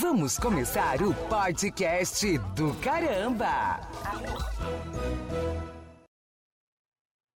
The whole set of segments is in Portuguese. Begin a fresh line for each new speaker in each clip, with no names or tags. Vamos começar o podcast do caramba!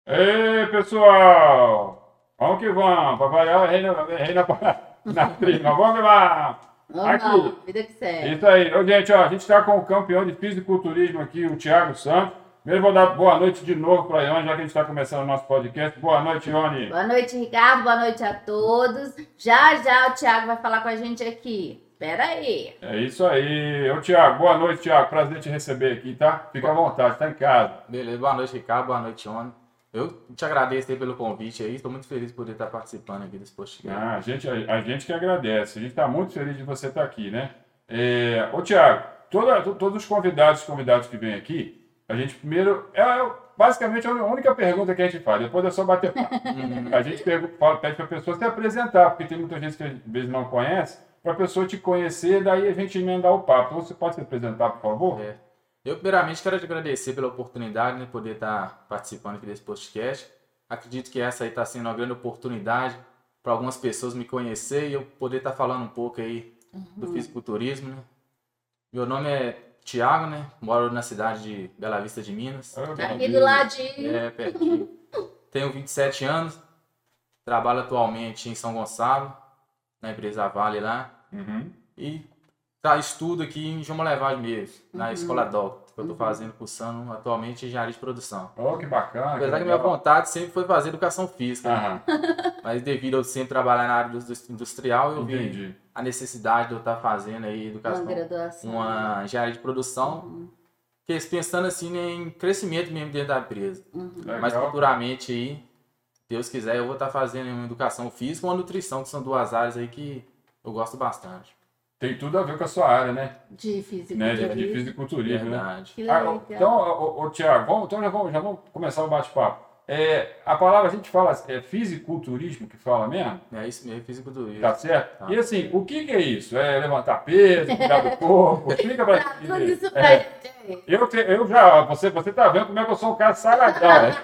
Ei, pessoal! Vamos que vamos! Papai, ó, rei na, rei na, na prima, vamos lá!
Vamos lá,
Aqui.
vida que segue.
Isso aí, Ô, gente, ó, a gente está com o campeão de fisiculturismo aqui, o Thiago Santos. Primeiro vou dar boa noite de novo para a Ione, já que a gente está começando o nosso podcast. Boa noite, Ione.
Boa noite, Ricardo. Boa noite a todos. Já, já o Thiago vai falar com a gente aqui. Espera aí.
É isso aí. Ô, Thiago, boa noite, Thiago. Prazer te receber aqui, tá? Fica à vontade, tá em casa.
Beleza, boa noite, Ricardo, boa noite, Oni. Eu te agradeço aí pelo convite aí, estou muito feliz por estar participando aqui desse podcast.
Ah, a, gente, a, a gente que agradece. A gente está muito feliz de você estar aqui, né? É, ô, Tiago, toda, to- todos os convidados e convidados que vêm aqui, a gente primeiro. É, é, basicamente, a única pergunta que a gente faz, depois é só bater papo. a gente pergu- fala- pede para a pessoa se apresentar, porque tem muita gente que às vezes não conhece, para a pessoa te conhecer, daí a gente emendar o papo. Então, você pode se apresentar, por favor?
É. Eu, primeiramente, quero te agradecer pela oportunidade de poder estar participando aqui desse podcast. Acredito que essa aí está sendo uma grande oportunidade para algumas pessoas me conhecer e eu poder estar falando um pouco aí do fisiculturismo, né? Meu nome é Tiago, né? Moro na cidade de Bela Vista de Minas.
Ah,
Tá
bom
aqui
dia.
do ladinho.
É, pertinho. Tenho 27 anos, trabalho atualmente em São Gonçalo, na empresa Vale lá,
Uhum.
e tá, estudo aqui em João Levade mesmo, na escola DOC, que eu tô fazendo, cursando atualmente engenharia de produção.
Oh, que bacana.
Apesar que minha
legal.
vontade sempre foi fazer educação física, né?
Aham,
mas devido a eu sempre trabalhar na área do- do industrial, eu vi
entendi.
a necessidade de eu estar fazendo aí
Uma
É, educação,
graduação.
uma engenharia de produção,
Uhum,
que pensando assim né, em crescimento mesmo dentro da empresa.
uhum.
Legal.
Mas futuramente aí, Deus quiser, eu vou estar fazendo uma educação física ou uma nutrição, que são duas áreas aí que eu gosto bastante.
Tem tudo a ver com a sua área, né?
De física.
né? De, de fisiculturismo, né?
Verdade.
Que
Ah,
legal.
então, ô, ô, ô, Tiago, vamos, então já vamos, já vamos começar o bate-papo. É, a palavra a gente fala, é fisiculturismo que fala mesmo?
É isso mesmo, fisiculturismo.
Tá certo?
Tá.
E assim, o que, que é isso? É levantar peso, cuidar do corpo? Explica pra
Tá, tudo
gente.
isso pra
É,
gente.
eu, te- eu já, você, você tá vendo como é que eu sou um cara saladão, né?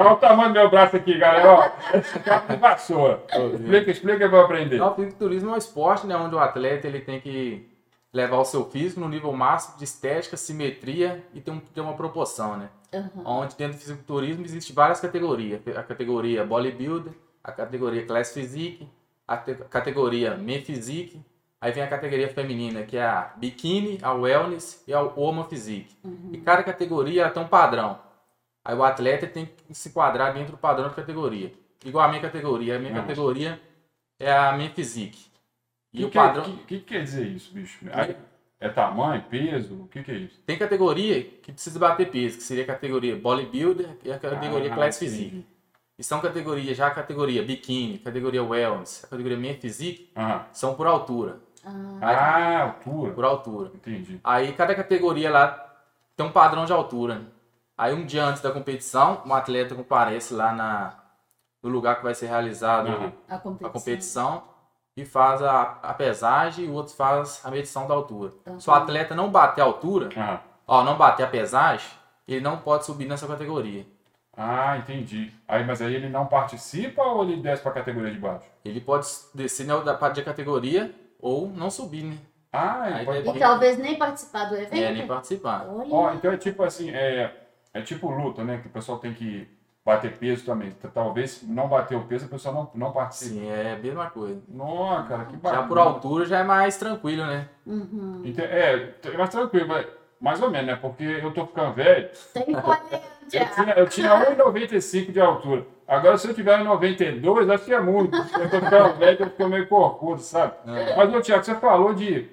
Olha o tamanho do meu braço aqui, galera. ó. Esse cara me vassoura. Explica, explica pra eu aprender.
Então, o fisiculturismo é um esporte, né, onde o atleta ele tem que levar o seu físico no nível máximo de estética, simetria e ter, um, ter uma proporção, né?
Uhum.
Onde dentro do fisiculturismo existe várias categorias. A categoria bodybuilder, a categoria class physique, a te- categoria men physique, aí vem a categoria feminina, que é a bikini, a wellness e a woman physique.
Uhum.
E cada categoria ela tem um padrão. Aí o atleta tem que se enquadrar dentro do padrão de categoria. Igual a minha categoria. A minha
Uhum.
categoria é a men physique. E
E
o
o que, é,
padrão...
que, que quer dizer isso, bicho? Aí, É tamanho, peso? O que, que é isso?
Tem categoria que precisa bater peso, que seria a categoria bodybuilder e a categoria
Ah,
class
sim.
physique. E são categorias, já a categoria biquíni, categoria wellness, a categoria men physique,
Aham.
são por altura,
Ah,
Ah, altura.
por altura.
Entendi.
Aí cada categoria lá tem um padrão de altura. né? Aí um dia antes da competição, um atleta comparece lá na, no lugar que vai ser realizado
Aham.
a competição.
a competição e faz a, a pesagem e o outro faz a medição da altura.
Uhum.
Se o atleta não bater a altura,
Aham.
Ó, não bater a pesagem, ele não pode subir nessa categoria.
Ah, entendi. Aí, mas aí ele não participa ou ele desce para a categoria de baixo?
Ele pode descer na- da parte de categoria ou não subir, né?
Ah, ele
Aí
pode...
deve-
E talvez nem participar do evento.
É, nem participar.
Ó,
Olha.
então é tipo assim, é, é tipo luta, né? Que o pessoal tem que bater peso também. T- Talvez se não bater o peso, a pessoa não, não participa.
Sim, é a mesma coisa.
Nossa, cara, que bacana.
Já por altura já é mais tranquilo, né?
Uhum.
Ente- É, t- mas tranquilo, mas mais ou menos, né? Porque eu tô ficando velho.
Tem poder,
Eu
Thiago.
tinha, eu tinha 1,95 de altura. Agora, se eu tiver 1,92, acho que é muito. Eu tô ficando velho, eu fico meio corcudo, sabe?
É.
Mas, ô, Tiago, você falou de.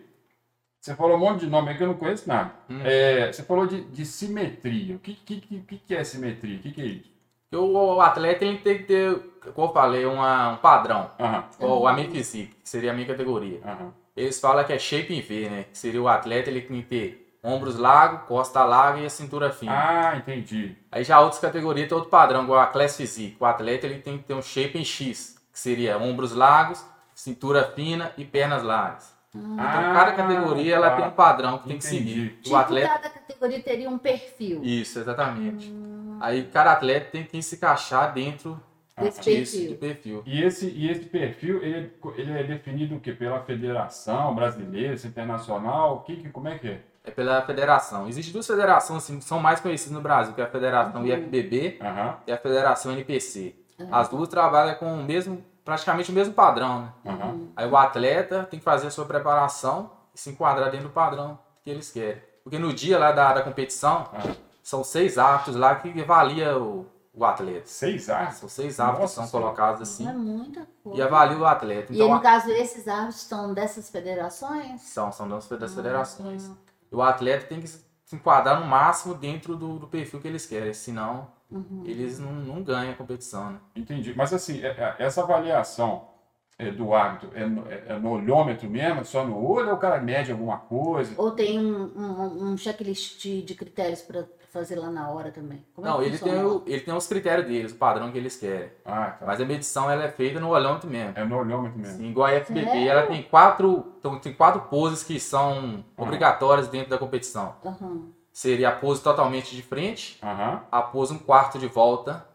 Você falou um monte de nome aí que eu não conheço nada.
Hum.
É, você falou de, de simetria. O que, que, que, que que é simetria? O que, que é isso?
Porque o, o atleta ele tem que ter, como eu falei, uma- um padrão.
Aham,
Ou a minha física, que seria a minha categoria.
aham.
Eles falam que é shape em V, né? Que seria o atleta ele tem que ter ombros largos, costa larga e a cintura fina.
Ah, entendi.
Aí já outras categorias tem outro padrão, igual a classe physique. O atleta ele tem que ter um shape em X, que seria ombros largos, cintura fina e pernas largas. Então
Ah,
cada categoria ela
tá.
tem um padrão que tem que
Entendi.
seguir.
Tipo,
O atleta
cada categoria teria um perfil.
isso, exatamente. Aí cada atleta tem que se encaixar dentro
Ah. Desse
Isso, de
perfil.
perfil.
E esse, e esse perfil, ele, é- ele é definido o quê? Pela federação brasileira, se internacional? O que, que, como é que é?
É pela federação. Existem duas federações assim, que são mais conhecidas no Brasil, que é a
Uhum.
Federação IFBB
Aham,
e a Federação NPC.
Ah.
As duas trabalham com o mesmo, praticamente o mesmo padrão, né?
aham.
Aí o atleta tem que fazer a sua preparação e se enquadrar dentro do padrão que eles querem. Porque no dia lá da, da competição,
Ah.
são seis árbitros lá que avalia o, o atleta.
Seis artes?
São seis árbitros
Nossa
que são
Senhora.
colocados assim
É muita coisa.
e avalia o atleta.
E
Então,
aí, no
a-
caso, esses árbitros são dessas federações?
são, são das das
Ah,
federações. E o atleta tem que se enquadrar no máximo dentro do, do perfil que eles querem, senão
Uhum.
eles não, não ganham a competição, né?
Entendi. Mas assim, é- é- essa avaliação é, do árbitro é no, é- é no olhômetro mesmo? Só no olho ou o cara mede alguma coisa?
Ou tem um, um, um checklist de critérios pra fazer lá na hora também? Como é
não,
que
ele
funciona
tem,
lá?
o- ele tem os critérios deles, o padrão que eles querem.
Ah, tá.
Mas a medição ela é feita no olhômetro mesmo.
É no olhômetro mesmo.
Sim, igual a FBB,
Sério?
ela tem quatro, então, tem quatro poses que são obrigatórias dentro da competição.
Aham.
Seria a pose totalmente de frente,
Aham,
a pose um quarto de volta,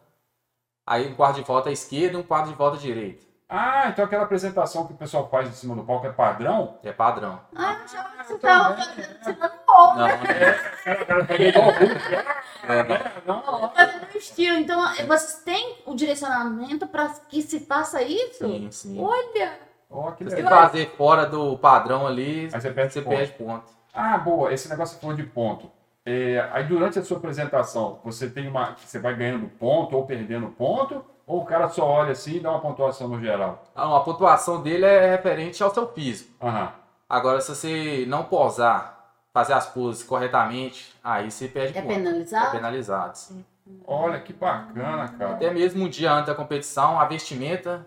aí um quarto de volta à esquerda e um quarto de volta à direita.
Ah, então aquela apresentação que o pessoal faz em cima do palco é padrão?
É padrão.
Ah, eu já você
eu
tá
também.
fazendo você tá no ombro,
Não, é
O cara pega igual o Hulk. É,
tá
não.
fazendo um estilo. Então, vocês têm o direcionamento pra que se faça isso?
sim, assim, sim.
Olha!
Ó, que
Se você
legal.
fazer fora do padrão ali,
Aí você perde
você
ponto.
perde ponto.
Ah, boa, esse negócio que você falou de ponto. É, aí durante a sua apresentação, você tem uma. Você vai ganhando ponto ou perdendo ponto, ou o cara só olha assim e dá uma pontuação no geral?
Ah, não, a pontuação dele é referente ao seu piso.
Aham.
Agora, se você não posar, fazer as poses corretamente, aí você perde
É
ponto. É
penalizado?
penalizado, sim.
Olha que bacana, cara.
Até mesmo um dia antes da competição, a vestimenta,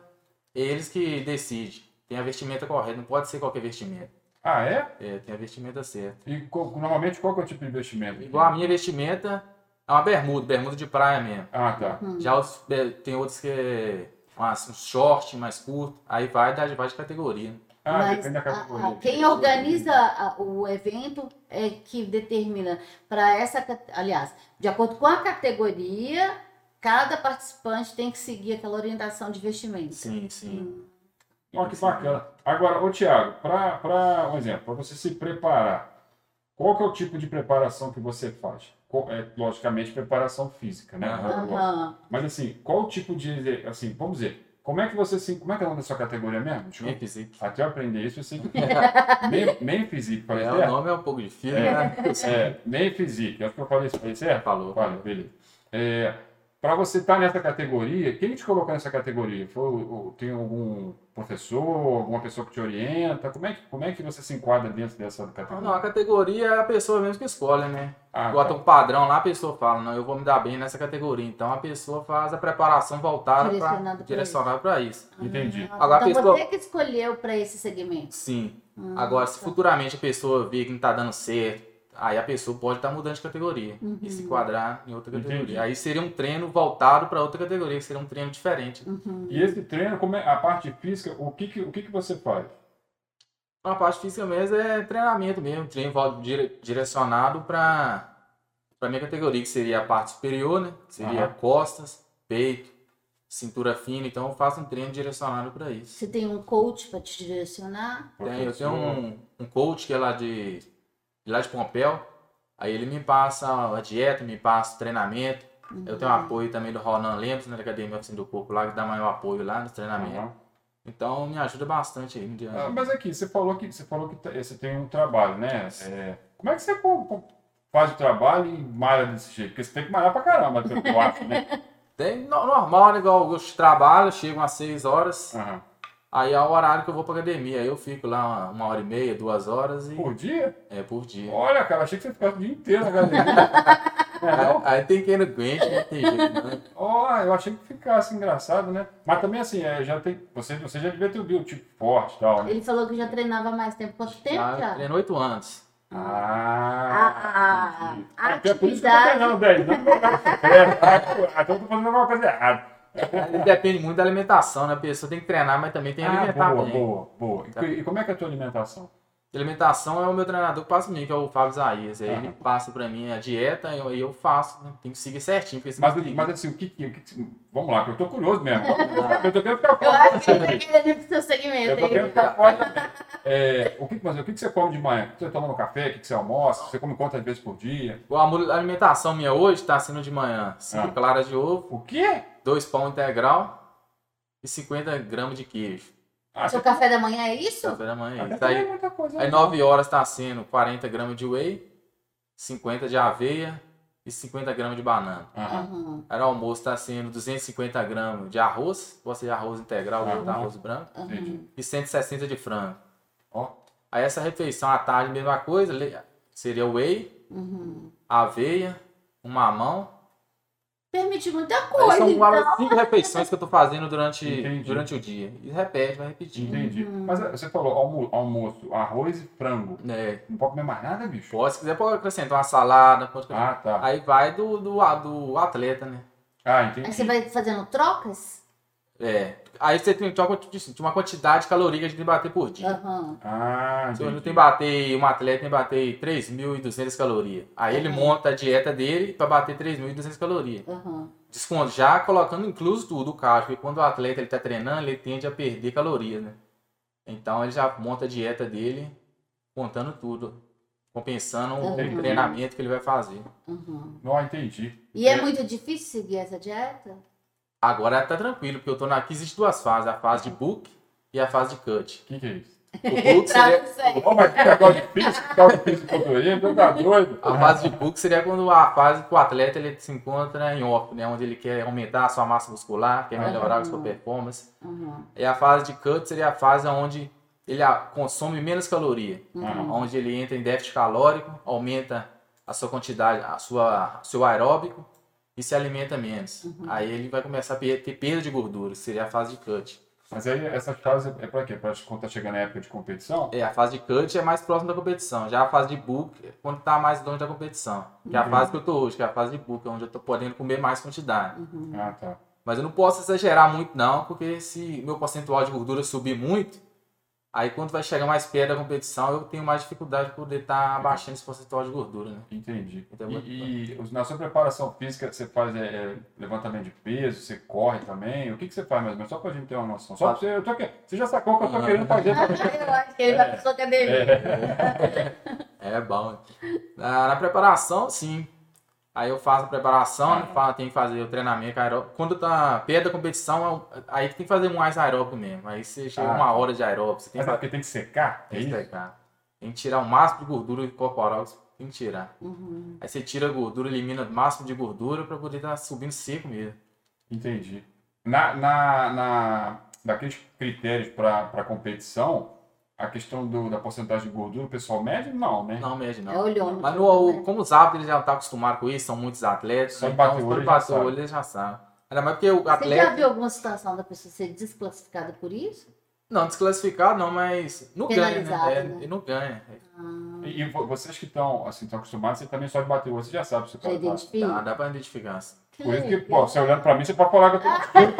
é eles que decidem. Tem a vestimenta correta, não pode ser qualquer vestimenta.
Ah, é?
É, tem a vestimenta certa.
E co- normalmente qual que é o tipo de investimento?
Igual a minha vestimenta, é uma bermuda, bermuda de praia mesmo.
Ah, tá.
Já os- é, tem outros que é umas- um short mais curto, aí vai, da- vai de categoria. né?
Ah,
Mas
depende da
a- a-
categoria.
quem organiza a- o evento é que determina para essa, cate- aliás, de acordo com a categoria, cada participante tem que seguir aquela orientação de vestimento.
Sim, sim.
Olha que bacana. Agora, ô Thiago, para um exemplo, para você se preparar, qual que é o tipo de preparação que você faz? Co- É, logicamente, preparação física, né?
Aham.
Aham.
Mas assim, qual o tipo de. Assim, vamos dizer, como é que você se. Como é que é o nome da sua categoria mesmo? Deixa eu-
Minha física.
Até eu aprender isso, eu sei que. Nem- Nem físico, falei
É, o
certo?
nome é um pouco difícil,
É.
né?
É, nem físico. Acho que eu falei isso, falei certo?
Falou.
Olha, beleza. É, para você estar nessa categoria, quem te colocou nessa categoria? Foi, o- o- tem algum professor, alguma pessoa que te orienta? Como é que, como é que você se enquadra dentro dessa
Não,
categoria?
não, a categoria é a pessoa mesmo que escolhe, né?
Ah,
Bota
tá.
um padrão lá, a pessoa fala, não, eu vou me dar bem nessa categoria. Então a pessoa faz a preparação voltada
Direcionado
para
pra
direcionada para isso.
Entendi.
Ah,
Agora,
então
pessoal- Ah.
você Ah, que escolheu para esse segmento.
Sim. Agora,
tá.
se futuramente a pessoa vê que não tá dando certo, aí a pessoa pode estar mudando de categoria e
Uhum.
se enquadrar em outra categoria.
Entendi.
Aí seria um treino voltado para outra categoria, que seria um treino diferente.
E esse treino, como é, a parte física, o que, que, o que, que você faz?
A parte física mesmo é treinamento mesmo, treino vol- dire- direcionado para para minha categoria, que seria a parte superior, né? Que Seria
Aham.
costas, peito, cintura fina, então eu faço um treino direcionado para isso.
Você tem um coach para te direcionar?
Tem, eu
Professor?
tenho um, um coach que é lá de, de lá de Pompéu, aí ele me passa a dieta, me passa o treinamento. Eu tenho um apoio também do Ronan Lemos, né, da Academia Oficina do Corpo lá, que dá maior apoio lá no treinamento.
Aham.
Então me ajuda bastante aí no dia.
tá. Ah, mas aqui, você falou que você falou que tá- você tem um trabalho, né? É, como é que você co- co- faz o trabalho e malha desse jeito? Porque você tem que malhar pra caramba, pelo que eu acho, né?
Tem no- normal, né? Igual eu trabalho, chego às 6 horas,
Aham.
aí é o horário que eu vou pra academia. Aí eu fico lá uma, uma hora e meia, duas horas e
Por dia?
é por dia.
Olha, cara, achei que você ficava o dia inteiro na academia. Não é não?
Aí, aí tem quem não aguente, né? Tem jeito, né?
Ó, eu achei que ficasse engraçado, né? Mas também assim, é, já tem, você, você já devia ter o biotipo forte e tal, né?
Ele falou que já treinava há mais tempo. Quanto tempo,
Já
já?
treino 8 anos.
Ah,
A- a-
entendi.
a
é por isso que eu tô
Ah, atividade-
treinando 10, não é por causa do treino. Ah, então eu tô fazendo alguma coisa errada.
Aí Depende muito da alimentação, né? A pessoa tem que treinar, mas também tem que
Ah,
alimentar Tá.
boa,
bem.
boa, boa. E, co- e como é que é a tua alimentação?
de alimentação é o meu treinador que passa comigo, que é o Fábio Isaías. Aí ele passa pra mim a dieta e eu, e eu faço, né? Tem que seguir certinho, porque senão
Mas,
tem-
mas assim, o que, que- o que que- Vamos lá, que eu tô curioso mesmo. Eu tô querendo ficar
Eu
forte.
acho que ele
também.
tá querendo pro seu
Eu
segmento.
tô querendo
um
hein?
ficar forte. também. É, o que, mas, o que que você come de manhã? O que você toma no café? O que que você almoça? Você come quantas vezes por dia?
Bom, A alimentação minha hoje tá sendo de manhã 5
Ah.
claras de ovo,
O quê?
2 pão integral e 50 gramas de queijo.
Ah,
Seu
você
café da manhã é isso?
Café da manhã.
Café
Isso aí-
também é muita coisa.
Aí
né?
9 horas tá sendo 40 gramas de whey, 50 de aveia e 50 gramas de banana.
Aham.
Aham,
Aí no almoço tá sendo 250 gramas de arroz, pode ser arroz integral,
Ah,
ou
bom.
arroz branco,
aham.
Entendi.
e 160 de frango.
Ó.
Aí essa refeição à tarde, mesma coisa, le- seria whey,
Uhum.
aveia, um mamão.
Permite muita
Aí
coisa,
são
então.
quase cinco refeições que eu tô fazendo durante,
Entendi.
durante o dia. E repete, vai repetindo.
Entendi.
Uhum.
Mas ah, você falou almo- almoço, arroz e frango.
É,
Não pode comer mais nada, bicho?
pode, se quiser, pode acrescentar uma salada. Pode...
Ah, tá.
Aí vai do, do, a- do atleta, né?
Ah, entendi.
Aí você vai fazendo trocas?
É. Aí você tem troca de de uma quantidade de calorias que a gente tem que bater por dia.
Aham.
Ah,
Se eu
entendi.
tem que bater, um atleta tem que bater 3.200 calorias. Aí ele
Uhum.
monta a dieta dele para bater 3.200 calorias.
Aham.
Desconto, já colocando incluso tudo o cardio, porque quando o atleta ele tá treinando, ele tende a perder calorias, né? Então ele já monta a dieta dele contando tudo, compensando o
Uhum.
Entendi.
treinamento que ele vai fazer.
aham.
Não, entendi.
E é muito difícil seguir essa dieta?
Agora tá tranquilo, porque eu tô na aqui existe duas fases, a fase de book e a fase de cut.
O que, que é isso?
O book seria
Traga isso aí.
Ô, mas que negócio difícil, que negócio difícil de controle, tu tá doido?
A fase de book seria quando a fase que o atleta ele se encontra em off, né? Onde ele quer aumentar a sua massa muscular, quer melhorar a sua performance.
Aham.
E a fase de cut seria a fase onde ele a- consome menos caloria,
Aham.
onde ele entra em déficit calórico, aumenta a sua quantidade, a sua seu aeróbico e se alimenta menos. Aí ele vai começar a per- ter perda de gordura, seria a fase de cut.
Mas aí essa fase é pra quê? Pra quando tá chegando a época de competição?
É, a fase de cut é mais próxima da competição. Já a fase de book é quando tá mais longe da competição. Que é a fase que eu tô hoje, que é a fase de book, onde eu tô podendo comer mais quantidade.
Ah, tá.
Mas eu não posso exagerar muito não, porque se meu percentual de gordura subir muito, aí quando vai chegar mais perto da competição, eu tenho mais dificuldade de poder estar abaixando esse percentual de gordura, né?
Entendi.
Então,
E, e os- na sua preparação física, você faz é, é, levantamento de peso, você corre também? O que, que você faz mais ou menos? Só pra gente ter uma noção. Só pra você, eu tô que- você já sacou o que eu tô
Não.
querendo fazer pra
Eu acho que ele vai pra sua academia.
É bom. Na, na preparação, sim. Aí eu faço a preparação, né? Fa- tem que fazer o treinamento aeróbico. Quando tá perto da competição, é o- aí que tem que fazer mais aeróbico mesmo. Aí você chega
Ah,
uma
tá.
hora de aeróbico, você tem
Mas
que
é
fazer.
porque tem que secar? É
Tem que
isso?
secar. Tem que tirar o máximo de gordura corporal que você tem que tirar.
Uhum.
Aí você tira a gordura, elimina o máximo de gordura pra poder estar subindo seco mesmo.
Entendi. Na, na, na, daqueles critérios para competição, a questão do, da porcentagem de gordura, o pessoal mede? Não, né?
Não mede
É
não.
olhômetro. né?
Mas no, como os hábitos eles já estão acostumados com isso, são muitos atletas,
Só
então
bateu o
quando
olho, já
bateu o
sabe.
olho eles já sabem. Ainda mais porque o
Você
atleta.
já viu alguma situação da pessoa ser desclassificada por isso?
Não, desclassificado não, mas não ganha,
Penalizado,
né? É,
né?
E não ganha.
E, e vo- vocês que estão assim, tão acostumados, você também só de bater o olho, você já sabe se o
Já
cara tá.
identifica?
Dá, dá pra identificar. assim.
Por isso que,
legal.
pô, você olhando pra mim, você pode falar que eu tô escuro.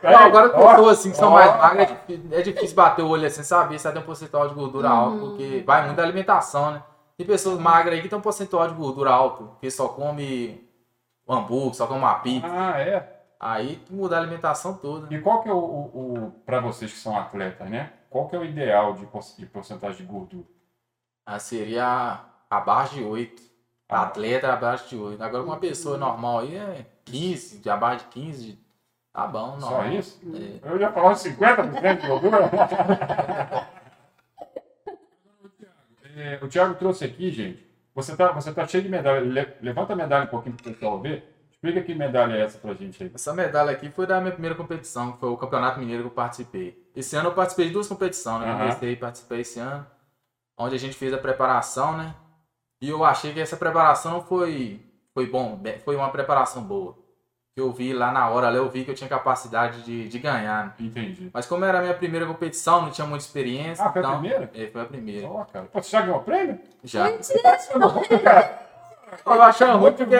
Peraí,
Não, agora
ó,
pessoas assim que são
ó.
mais magras, é difí- é difícil bater o olho assim, saber se ela tem um percentual de gordura alto, porque vai muito da alimentação, né? Tem pessoas magras aí que tem um percentual de gordura alto, que só come um hambúrguer, só come uma pizza.
Ah, é.
Aí tem que mudar a alimentação toda. né?
E qual que é o, o, o para vocês que são atletas, né? Qual que é o ideal de, por- de porcentagem de gordura?
Ah, seria abaixo de 8. Atleta abaixo de 8. Agora uma pessoa normal aí é 15, de abaixo de 15. de- Tá bom, não.
Só isso?
É.
Eu já falava 50% de gordura. É, o Thiago trouxe aqui, gente. Você tá, você tá cheio de medalha. Le- levanta a medalha um pouquinho para o pessoal ver. Explica que medalha é essa pra gente aí.
Essa medalha aqui foi da minha primeira competição, que foi o Campeonato Mineiro que eu participei. Esse ano eu participei de duas competições, né?
Aham.
Comecei e participei esse ano, onde a gente fez a preparação, né? E eu achei que essa preparação foi, foi bom, be- foi uma preparação boa. Que eu vi lá na hora, lá eu vi que eu tinha capacidade de, de ganhar. né?
Entendi.
Mas como era a minha primeira competição, não tinha muita experiência.
Ah, foi a
então-
primeira?
É, foi a primeira.
Ó, cara. Pô, Você já ganhou o prêmio?
Já.
Tá de sacanagem, cara.
Eu achava ruim
Muito
porque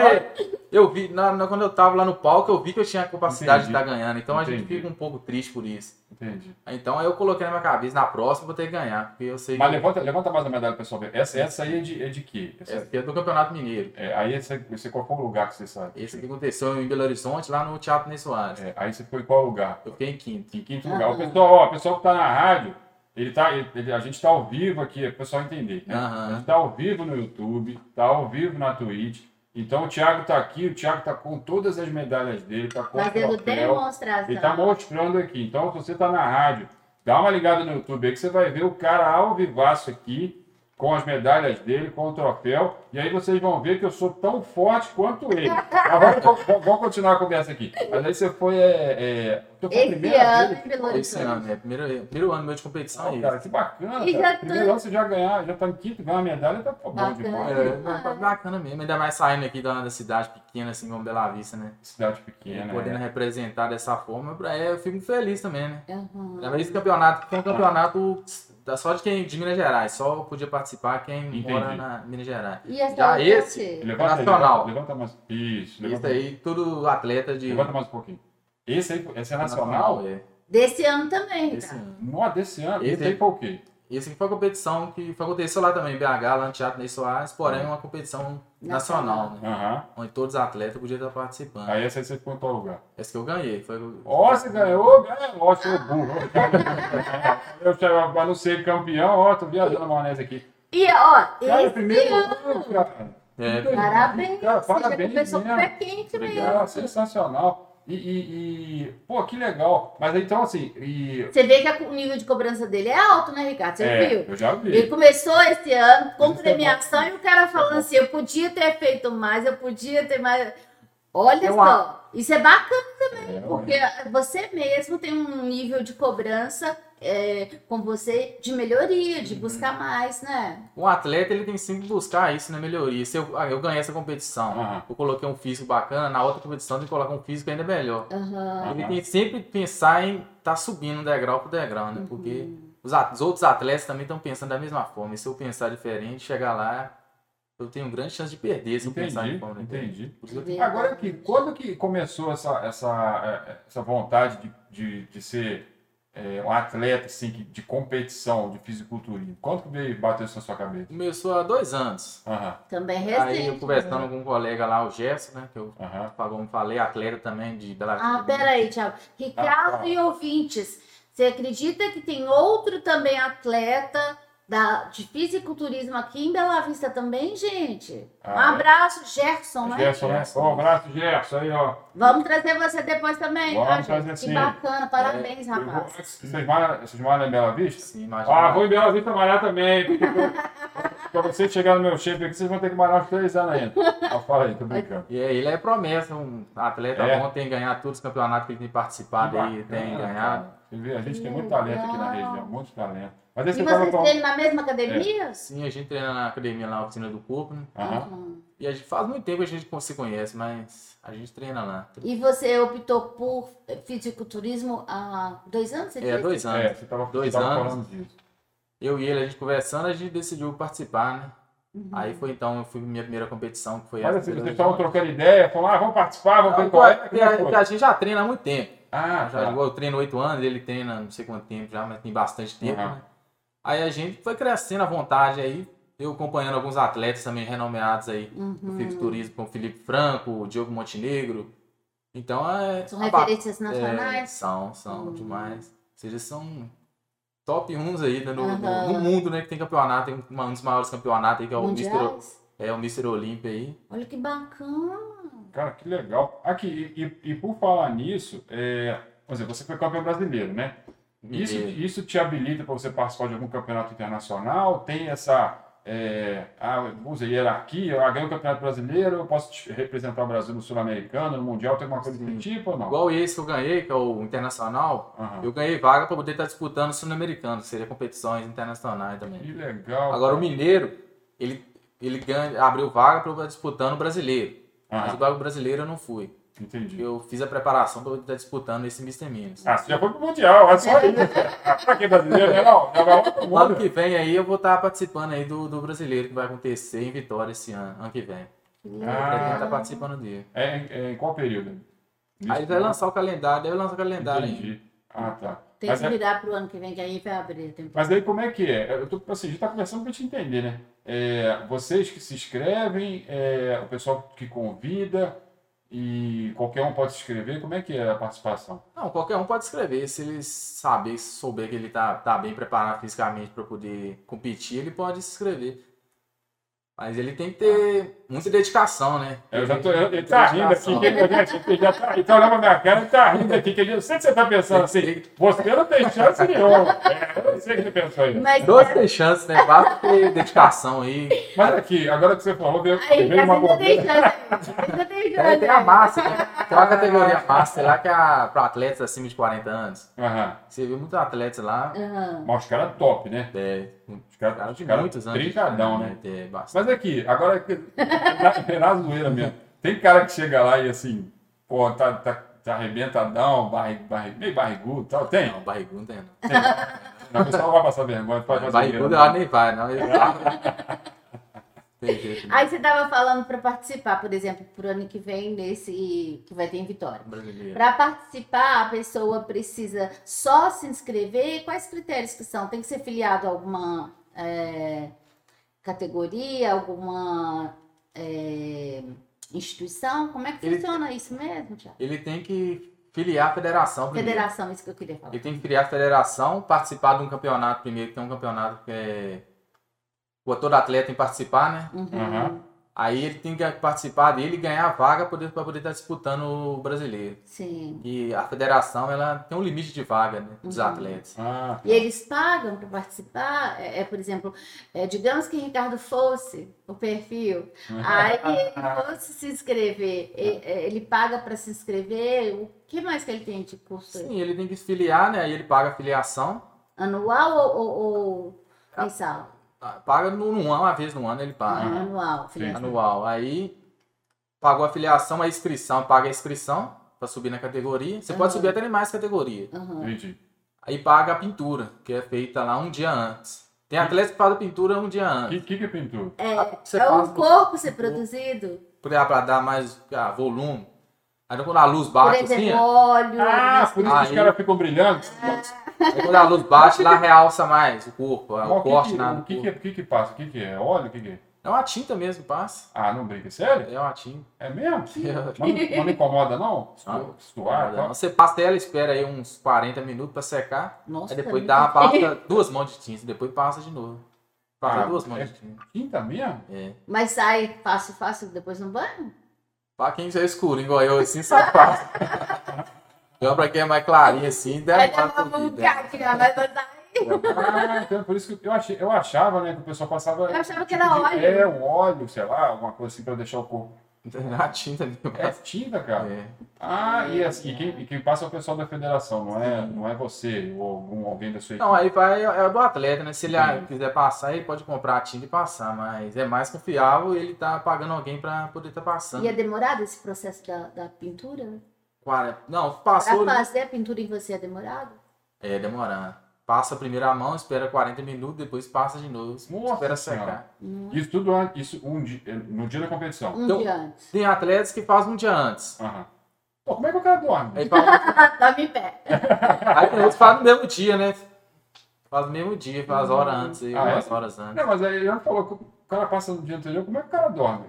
bom.
eu vi, na, na- quando eu tava lá no palco, eu vi que eu tinha a capacidade
Entendi.
de estar ganhando. Então a gente
Entendi.
fica um pouco triste por isso.
Entendi.
Então aí eu coloquei na minha cabeça, na próxima eu vou ter que ganhar, porque eu sei
Mas
que
levanta, levanta mais a medalha, pessoal. ver. Essa, essa aí é de, é de quê?
esse
Essa-
aqui é do Campeonato Mineiro.
é, aí você, você colocou um lugar que você sabe.
Esse que aconteceu em Belo Horizonte, lá no Teatro Ney Soares.
É, aí você foi em qual lugar?
Eu fiquei em quinto.
Em quinto lugar. O
Aham.
pessoal, ó, o pessoal que tá na rádio, ele tá, ele- ele- a gente tá ao vivo aqui, é o pessoal entender. Né?
Aham.
A gente tá ao vivo no YouTube, tá ao vivo na Twitch. Então o Thiago tá aqui, o Thiago tá com todas as medalhas dele, tá com o
Fazendo
papel.
demonstração.
Ele tá mostrando aqui. Então, se você tá na rádio, dá uma ligada no YouTube aí que você vai ver o cara ao vivaço aqui, com as medalhas dele, com o troféu. E aí vocês vão ver que eu sou tão forte quanto ele. Mas vamos, vamos- vamos continuar a conversa aqui. Mas aí você foi. É, é, você foi a
Esse
primeira
ano
vez?
em Belo
Esse
Horizonte.
ano, é primeiro, primeiro ano meu de competição.
Ah,
é
cara,
esse.
que bacana.
E
Cara.
já
Primeiro
tá-
ano você já ganhar, já tá em quinto, ganhar uma medalha, tá bom
Bacana.
demais.
É,
né?
ba- bacana mesmo, ainda mais saindo aqui da, da cidade pequena, assim como Bela Vista, né?
Cidade
E
pequena.
podendo
né?
representar dessa forma, pra- é, eu fico feliz também, né?
Aham.
Ainda mais esse campeonato, que foi um campeonato da- só de quem de Minas Gerais, só podia participar quem
Entendi.
mora na Minas Gerais.
E essa
Já
outra
esse,
é o quê?
Levanta, aí,
nacional.
Levanta, levanta mais. Isso,
Isso
levanta,
aí, tudo atleta de.
levanta mais um pouquinho. Esse aí, esse é nacional?
É,
Desse ano também,
esse
cara.
ano.
Nossa, desse ano,
Esse é-
esse aí
aí.
foi o quê?
E esse aqui foi a competição que foi- aconteceu lá também, em BH, lá no Teatro Ney Soares, porém uma competição nacional, né?
Aham.
Onde todos os atletas podiam estar participando.
Aí essa aí você ficou em qual lugar?
Esse que eu ganhei. Foi... o-
Ó, você ganhou, ganhou, ó, seu burro. Eu chego pra não ser campeão, ó, tô viajando a maionese aqui.
E ó,
Cara,
esse
primeiro
ano.
ano, cara.
É,
Parabéns.
Cara,
você já
parabéns
começou com o pé
mesmo.
quente
Obrigado.
mesmo.
Cara, sensacional. E, e- e- pô, que legal. Mas então, assim, e...
Você vê que a- o nível de cobrança dele é alto, né, Ricardo? Você viu?
É, eu já
Ele
vi.
começou esse ano com
Isso é
premiação e o cara
Tá
falando assim: eu podia ter feito mais, eu podia ter mais. Olha
Eu
só, isso é bacana,
É,
porque você mesmo tem um nível de cobrança é, com você de melhoria, de buscar mais, né?
Um atleta ele tem sim que buscar isso na melhoria. Se eu, ah, eu ganhei essa competição,
Aham.
eu coloquei um físico bacana, na outra competição tem que colocar um físico ainda melhor.
Aham.
Ele
Aham.
tem que sempre pensar em estar subindo degrau por degrau, né?
Uhum.
Porque os, at- os outros atletas também estão pensando da mesma forma. E se eu pensar diferente, chegar lá, eu tenho grande chance de perder se eu pensar né? de
Entendi,
forma diferente.
entendi.
Por isso que eu
Verdade.
Agora que quando que começou essa, essa, eh, essa vontade de, de, de ser eh, um atleta assim, que- de competição, de fisiculturismo? Quando que veio bateu isso na sua cabeça?
Começou há dois anos.
Aham,
Também
Aí eu
É recente. né?
conversando com um colega lá, o Gerson, né? Que eu
aham.
como falei, é atleta também de Bela
Ah,
Vista.
peraí, Thiago. Ricardo
Ah, tá.
e ouvintes, você acredita que tem outro também atleta da, de fisiculturismo aqui em Bela Vista também, gente?
Ah,
um
é?
abraço, Gerson, né?
Gerson, né?
Gerson.
Ó, Um abraço, Gerson, aí, ó.
Vamos trazer você depois também,
Vamos
tá, gente?
trazer
Que
sim. É,
bacana, parabéns,
Eu vou-
rapaz.
Vocês moram, vocês moram em Bela Vista?
Sim, imagina.
Ah, vou em Bela Vista malhar também. porque eu- Pra vocês chegarem no meu shape aqui, vocês vão ter que malhar uns três anos ainda. Ah, fala aí, tô brincando.
E aí, ele é promessa, um atleta
É.
bom, tem que ganhar todos os campeonatos que ele tem participado aí, tem
Bacana,
ganhado.
cara. Você vê, A gente tem muito talento aqui na região, muito talento. Mas aí
E
você um- tava
vocês
com...
treinam na mesma
É.
academia?
Sim, a gente treina na academia lá, na oficina do corpo, né?
Aham.
Uhum.
E a gente faz muito tempo que a gente se conhece, mas a gente treina lá.
E você optou por fisiculturismo há dois anos? Você
É,
disse?
dois
É,
anos.
você tava,
Dois
você tava
anos.
falando disso.
Eu e ele, a gente conversando, a gente decidiu participar, né?
Uhum.
Aí foi então, eu fui minha primeira competição, que foi
Mas
essa.
assim,
pela-
vocês estavam trocando ideia, falaram, ah, vamos participar, vamos ver
Não,
qual é.
porque
como é
a,
que foi?
porque a gente já treina há muito tempo.
Ah,
Já,
tá.
igual eu treino oito anos, ele treina não sei quanto tempo já, mas tem bastante tempo,
Aham.
né? Aí a gente foi crescendo à vontade aí, eu acompanhando alguns atletas também renomeados aí do
Uhum.
fisiculturismo, como Felipe Franco, o Diogo Montenegro. Então é.
São
a ba-
referências
é,
nacionais?
são, são
Hum.
demais. Ou seja, são top uns aí né, no, no-
Aham.
no mundo, né? Que tem campeonato, tem uma- um dos maiores campeonatos aí, que é o Mister, O-
mundiais?
é, o Mister Olímpia aí.
Olha que bacana.
Cara, que legal. Aqui, e, e- e por falar nisso, é, por exemplo, você foi campeão brasileiro, né? Isso,
Mineiro.
isso te habilita para você participar de algum campeonato internacional? Tem essa é, a, vamos dizer, hierarquia? Ah, ganhei o campeonato brasileiro, eu posso te representar o Brasil no Sul-Americano, no Mundial, tem alguma coisa
Sim.
desse tipo ou não?
Igual esse que eu ganhei, que é o Internacional,
Aham.
eu ganhei vaga para poder estar disputando o Sul-Americano, que seria competições internacionais também.
Que legal.
Agora o Mineiro, ele, ele ganha, abriu vaga para disputando o brasileiro. Mas o
Aham,
vaga brasileiro eu não fui.
entendi.
Eu fiz a preparação para estar disputando esse Mr. Minas.
Ah, você já foi pro Mundial, é só isso. Ah, pra que brasileiro, né? Não, já vai lá pro
Ano
mundo.
tá que vem aí eu vou estar participando aí do, do brasileiro que vai acontecer em Vitória esse ano, ano que vem.
Que
Ele
Ah,
tá participando dele.
é, em- é em qual período?
Aí ele vai lançar o calendário, deve lançar o calendário ainda.
Entendi. Ah, tá.
Tem
Mas,
que
é-
virar pro ano que vem, que aí vai abrir a temporada.
mas aí como é que é? Eu tô, assim, a gente tá conversando pra te entender, né? É, vocês que se inscrevem, é, o pessoal que convida e qualquer um pode se inscrever, como é que é a participação?
Não, qualquer um pode escrever. Se ele saber, se souber que ele tá, tá bem preparado fisicamente para poder competir, ele pode se inscrever. Mas ele tem que ter muita dedicação, né?
Eu já tô, ele tá rindo aqui, que ele, gente, ele já tá, ele tá olhando pra minha cara, ele tá rindo aqui, que ele, eu sei que você tá pensando assim, você não tem chance nenhuma. É, eu sei que você pensou aí.
Mas
Dois tem chance, né? Basta ter dedicação aí.
Mas aqui, agora que você falou, veio,
aí,
veio uma
ainda tem
bobeira.
chance. Ainda tem chance.
Tem, tem a massa, né? tem uma categoria master lá que é para atletas acima de 40 anos.
Aham.
Você vê muitos atletas lá,
Aham.
Mas os caras top, né?
é,
Os caras
cara de
os caras
muitos anos.
trincadão, né?
É, bastante.
Mas aqui, agora que- na, na zoeira mesmo. Tem cara que chega lá e assim, pô, tá, tá, tá arrebentadão, barri, barri, meio barrigudo e tal. Tem.
Não, barrigudo não tem não.
Não, o pessoal vai passar vergonha, pode fazer
Barrigudo ah,
zoeira,
ela nem vai, não. Ele tem jeito, né? não.
Aí você tava falando para participar, por exemplo, pro ano que vem, nesse que vai ter em Vitória.
Brasileiro.
Para participar, a pessoa precisa só se inscrever. Quais critérios que são? Tem que ser filiado a alguma é, categoria, alguma é, instituição? Como é que
Ele-
funciona isso mesmo, Tiago?
Ele tem que filiar a federação primeiro.
Federação, isso que eu queria falar.
Ele tem que criar a federação, participar de um campeonato primeiro, que tem um campeonato que é. pô, Todo atleta tem que participar, né?
Uhum.
Aham.
Aí ele tem que participar dele e ganhar a vaga para poder, pra poder estar disputando o brasileiro.
Sim.
E a federação ela tem um limite de vaga né, dos
Uhum.
atletas.
Ah,
E eles pagam para participar? É, é, por exemplo, é, digamos que Ricardo fosse o perfil Aí ele fosse se inscrever, e- eh, ele paga para se inscrever, o que mais que ele tem de custo?
Sim, ele tem que se filiar, né? Aí ele paga a filiação,
Anual ou, ou- ou mensal?
ah, paga no, no ano, uma vez no ano ele paga.
Uhum.
Anual, filha.
Anual. Aí pagou a filiação, a inscrição, paga a inscrição para subir na categoria. Você pode
Uhum.
subir até em mais categoria.
Aham.
entendi.
Aí paga a pintura, que é feita lá um dia antes. Tem atleta que paga a pintura um dia
O
antes.
que, que é que pintou?
Ah, Você
É um
faz
corpo ser produzido,
para dar mais ah, volume. Aí quando a luz
por
bate assim,
exemplo,
ó,
óleo. Ah.
Ah,
né?
por isso que os
Aí-
caras ficam brilhando.
é, aí quando a luz bate, lá realça mais o corpo, ó,
Mas
o
o que
Tá, corte
que,
na
o
no
que, é?
corpo.
que, o que que passa? O que que é? Óleo? O que que é?
É uma tinta mesmo, passa.
Ah, não brinca. Sério?
É uma tinta.
É mesmo? Mas não, mas não incomoda, não?
Ah,
Suar e tal?
Você passa ela, espera aí uns 40 minutos pra secar.
Nossa, é
Aí É depois
muito
dá uma
bem.
pasta, duas mãos de tinta, depois passa de novo. Passa
Ah,
duas mãos
é.
de tinta.
Quinta mesmo?
É.
Mas sai fácil, fácil depois no banho?
Pra quem já é escuro, igual eu, assim, só passa. Então, pra quem é mais clarinho assim,
Vai
deve
dar uma aqui, ó, vai botar.
Ah, então por isso que eu, achei, eu achava, né, que o pessoal passava.
Eu achava que
tipo
era
de-
óleo.
É, um óleo, sei lá, alguma coisa assim pra deixar o corpo.
Na tinta mesmo.
É tinta, cara.
É.
Ah, e, assim, e quem, e quem passa é o pessoal da federação, não é, não é você ou algum, alguém da sua equipe.
Não, aí vai, é do atleta, né? Se ele ah, quiser passar, ele pode comprar a tinta e passar, mas é mais confiável ele tá pagando alguém pra poder estar passando.
E é demorado esse processo da, da pintura?
Quara- Não,
Para
passou. né?
fazer a pintura em você é demorado?
É, demorando. Passa a primeira mão, espera 40 minutos, depois passa de novo.
Nossa
espera
Senhora.
secar.
Hum.
Isso tudo an- isso um di- no dia da competição.
Um
Então-
dia antes.
Tem atletas que fazem um dia antes.
Aham. Pô, como é que o cara dorme?
Aí, faz...
Tava em pé.
aí tem outros que fazem no mesmo dia, né? Faz no mesmo dia, faz hora antes, aí,
Ah, é?
umas horas antes.
Não, mas aí ele não falou que o cara passa no dia anterior, como é que o cara dorme?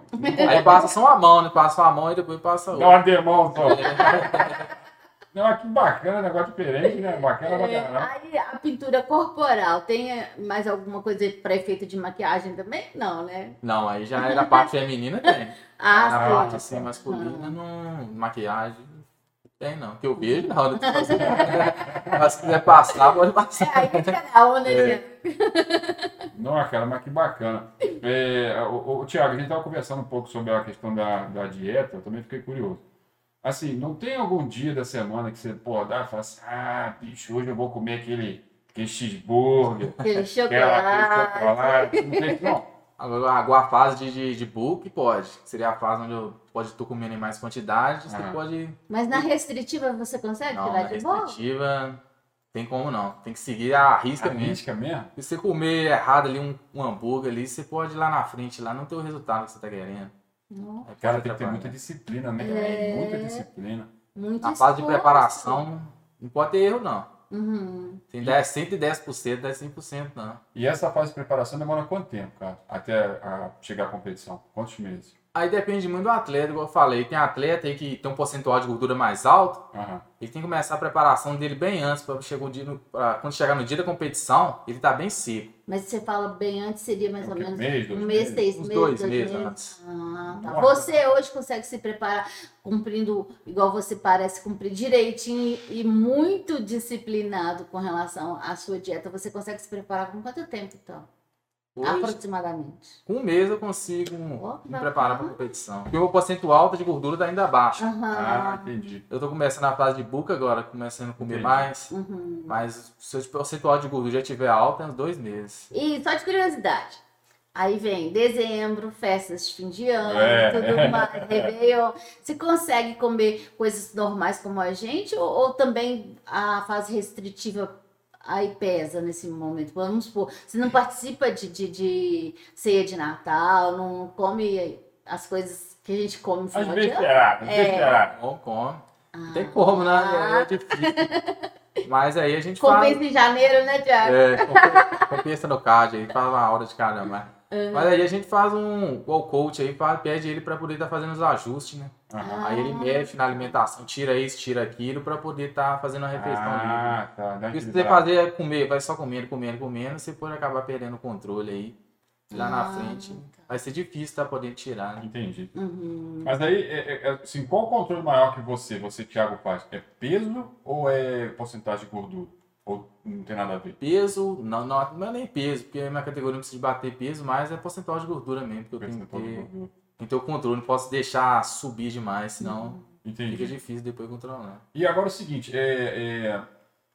Aí passa só uma mão, né? Passa uma mão e depois passa
Dá
outra.
uma demão só. Não, mas que bacana, negócio diferente, né? Bacana pra
É,
caramba.
aí a pintura corporal tem eh, mais alguma coisa para efeito de maquiagem também? Não, né?
Não, aí já é da parte feminina, tem. A
Ah,
parte assim, masculina, não. Maquiagem, tem não. Que eu vejo, não. né? não tô fazendo. Mas se quiser passar, pode
sim. É
passar.
aí que é a onda,
É.
gente.
Não, cara, mas que bacana. É, o, Tiago, a gente estava conversando um pouco sobre a questão da, da dieta, eu também fiquei curioso. Assim, não tem algum dia da semana que você, pô, dá e fala assim, ah, bicho, hoje eu vou comer aquele, aquele cheeseburger,
Aquele
aquela
chocolate.
aquele chocolate, não tem isso, não?
Agora, agora a fase de, de, de book pode. Seria a fase onde eu pode estar comendo em mais quantidade. Você
Aham.
pode.
Mas na restritiva você consegue
Não, na
tirar de boa?
restritiva. Tem como não. Tem que seguir a risca
A
mesmo.
mística mesmo?
Se você comer errado ali um, um hambúrguer ali, você pode ir lá na frente, lá não ter o resultado que você tá querendo.
Não.
É
Cara, tem que
fácil
ter
trabalhar.
muita disciplina, né?
É.
Muita disciplina.
Muito
Na fase de
esforço.
preparação, não pode ter erro, não.
Uhum.
Tem 10, 110%, não é 100%, não.
E essa fase de preparação demora quanto tempo, cara? Até a- chegar à competição? Quantos meses?
Aí depende muito do atleta, igual eu falei. Tem atleta aí que tem um percentual de gordura mais alto,
Aham.
ele tem que começar a preparação dele bem antes, para chegar o dia no- pra- quando chegar no dia da competição, ele tá bem seco.
Mas você fala bem antes, seria mais
É o
ou
quê?
menos
mês, dois
um mês,
meses?
seis
Uns
meses,
dois meses antes.
Ah, tá.
Nossa.
Você hoje consegue se preparar cumprindo, igual você parece cumprir direitinho e muito disciplinado com relação à sua dieta. Você consegue se preparar com quanto tempo, então?
Hoje,
Aproximadamente.
com um mês eu consigo
Ó, que
me preparar para
bacana.
competição. Porque o meu percentual alto de gordura tá ainda baixo.
Ah,
Aham.
entendi.
Eu tô começando a fase de buca agora, começando a comer
Entendi.
mais.
Uhum.
Mas se o percentual de gordura já tiver alto, é uns dois meses.
E só de curiosidade. Aí vem dezembro, festas de fim de ano,
É.
tudo mais, Réveillon. Você consegue comer coisas normais como a gente? Ou, ou também a fase restritiva aí pesa nesse momento? Vamos supor, você não participa de, de, de ceia de Natal, não come as coisas que a gente come no
As
final de ano?
besteiradas, as
É.
besteiradas.
Bom, come. Não
Ah.
tem como, né? É difícil. Mas aí a gente faz.
Compensa em janeiro, né, Tiago?
É, compensa- compensa no card aí, faz uma hora de caramba. Mas aí a gente faz um call coach aí, pra- pede ele pra poder estar fazendo os ajustes, né?
Aham.
Aí
Ah.
ele mexe na alimentação, tira isso, tira aquilo, pra poder estar fazendo a refeição livre.
Ah, tá. dá
Porque se você
equilibrado.
fazer é comer, vai só comendo, comendo, comendo, você pode acabar perdendo o controle aí. Lá na frente, vai ser difícil estar podendo tirar, né?
Entendi.
Uhum.
Mas aí, é, é, é, assim, qual o controle maior que você, você, Thiago, faz? É peso ou é porcentagem de gordura? Ou não tem nada a ver?
Peso, não, não, não é nem peso, porque a minha categoria não precisa de bater peso, mas é porcentagem de gordura mesmo, porque eu tenho que
Percentual de
ter,
gordura.
tem que ter o controle, não posso deixar subir demais, senão Fica
Entendi.
difícil depois controlar.
E agora o seguinte, é, é,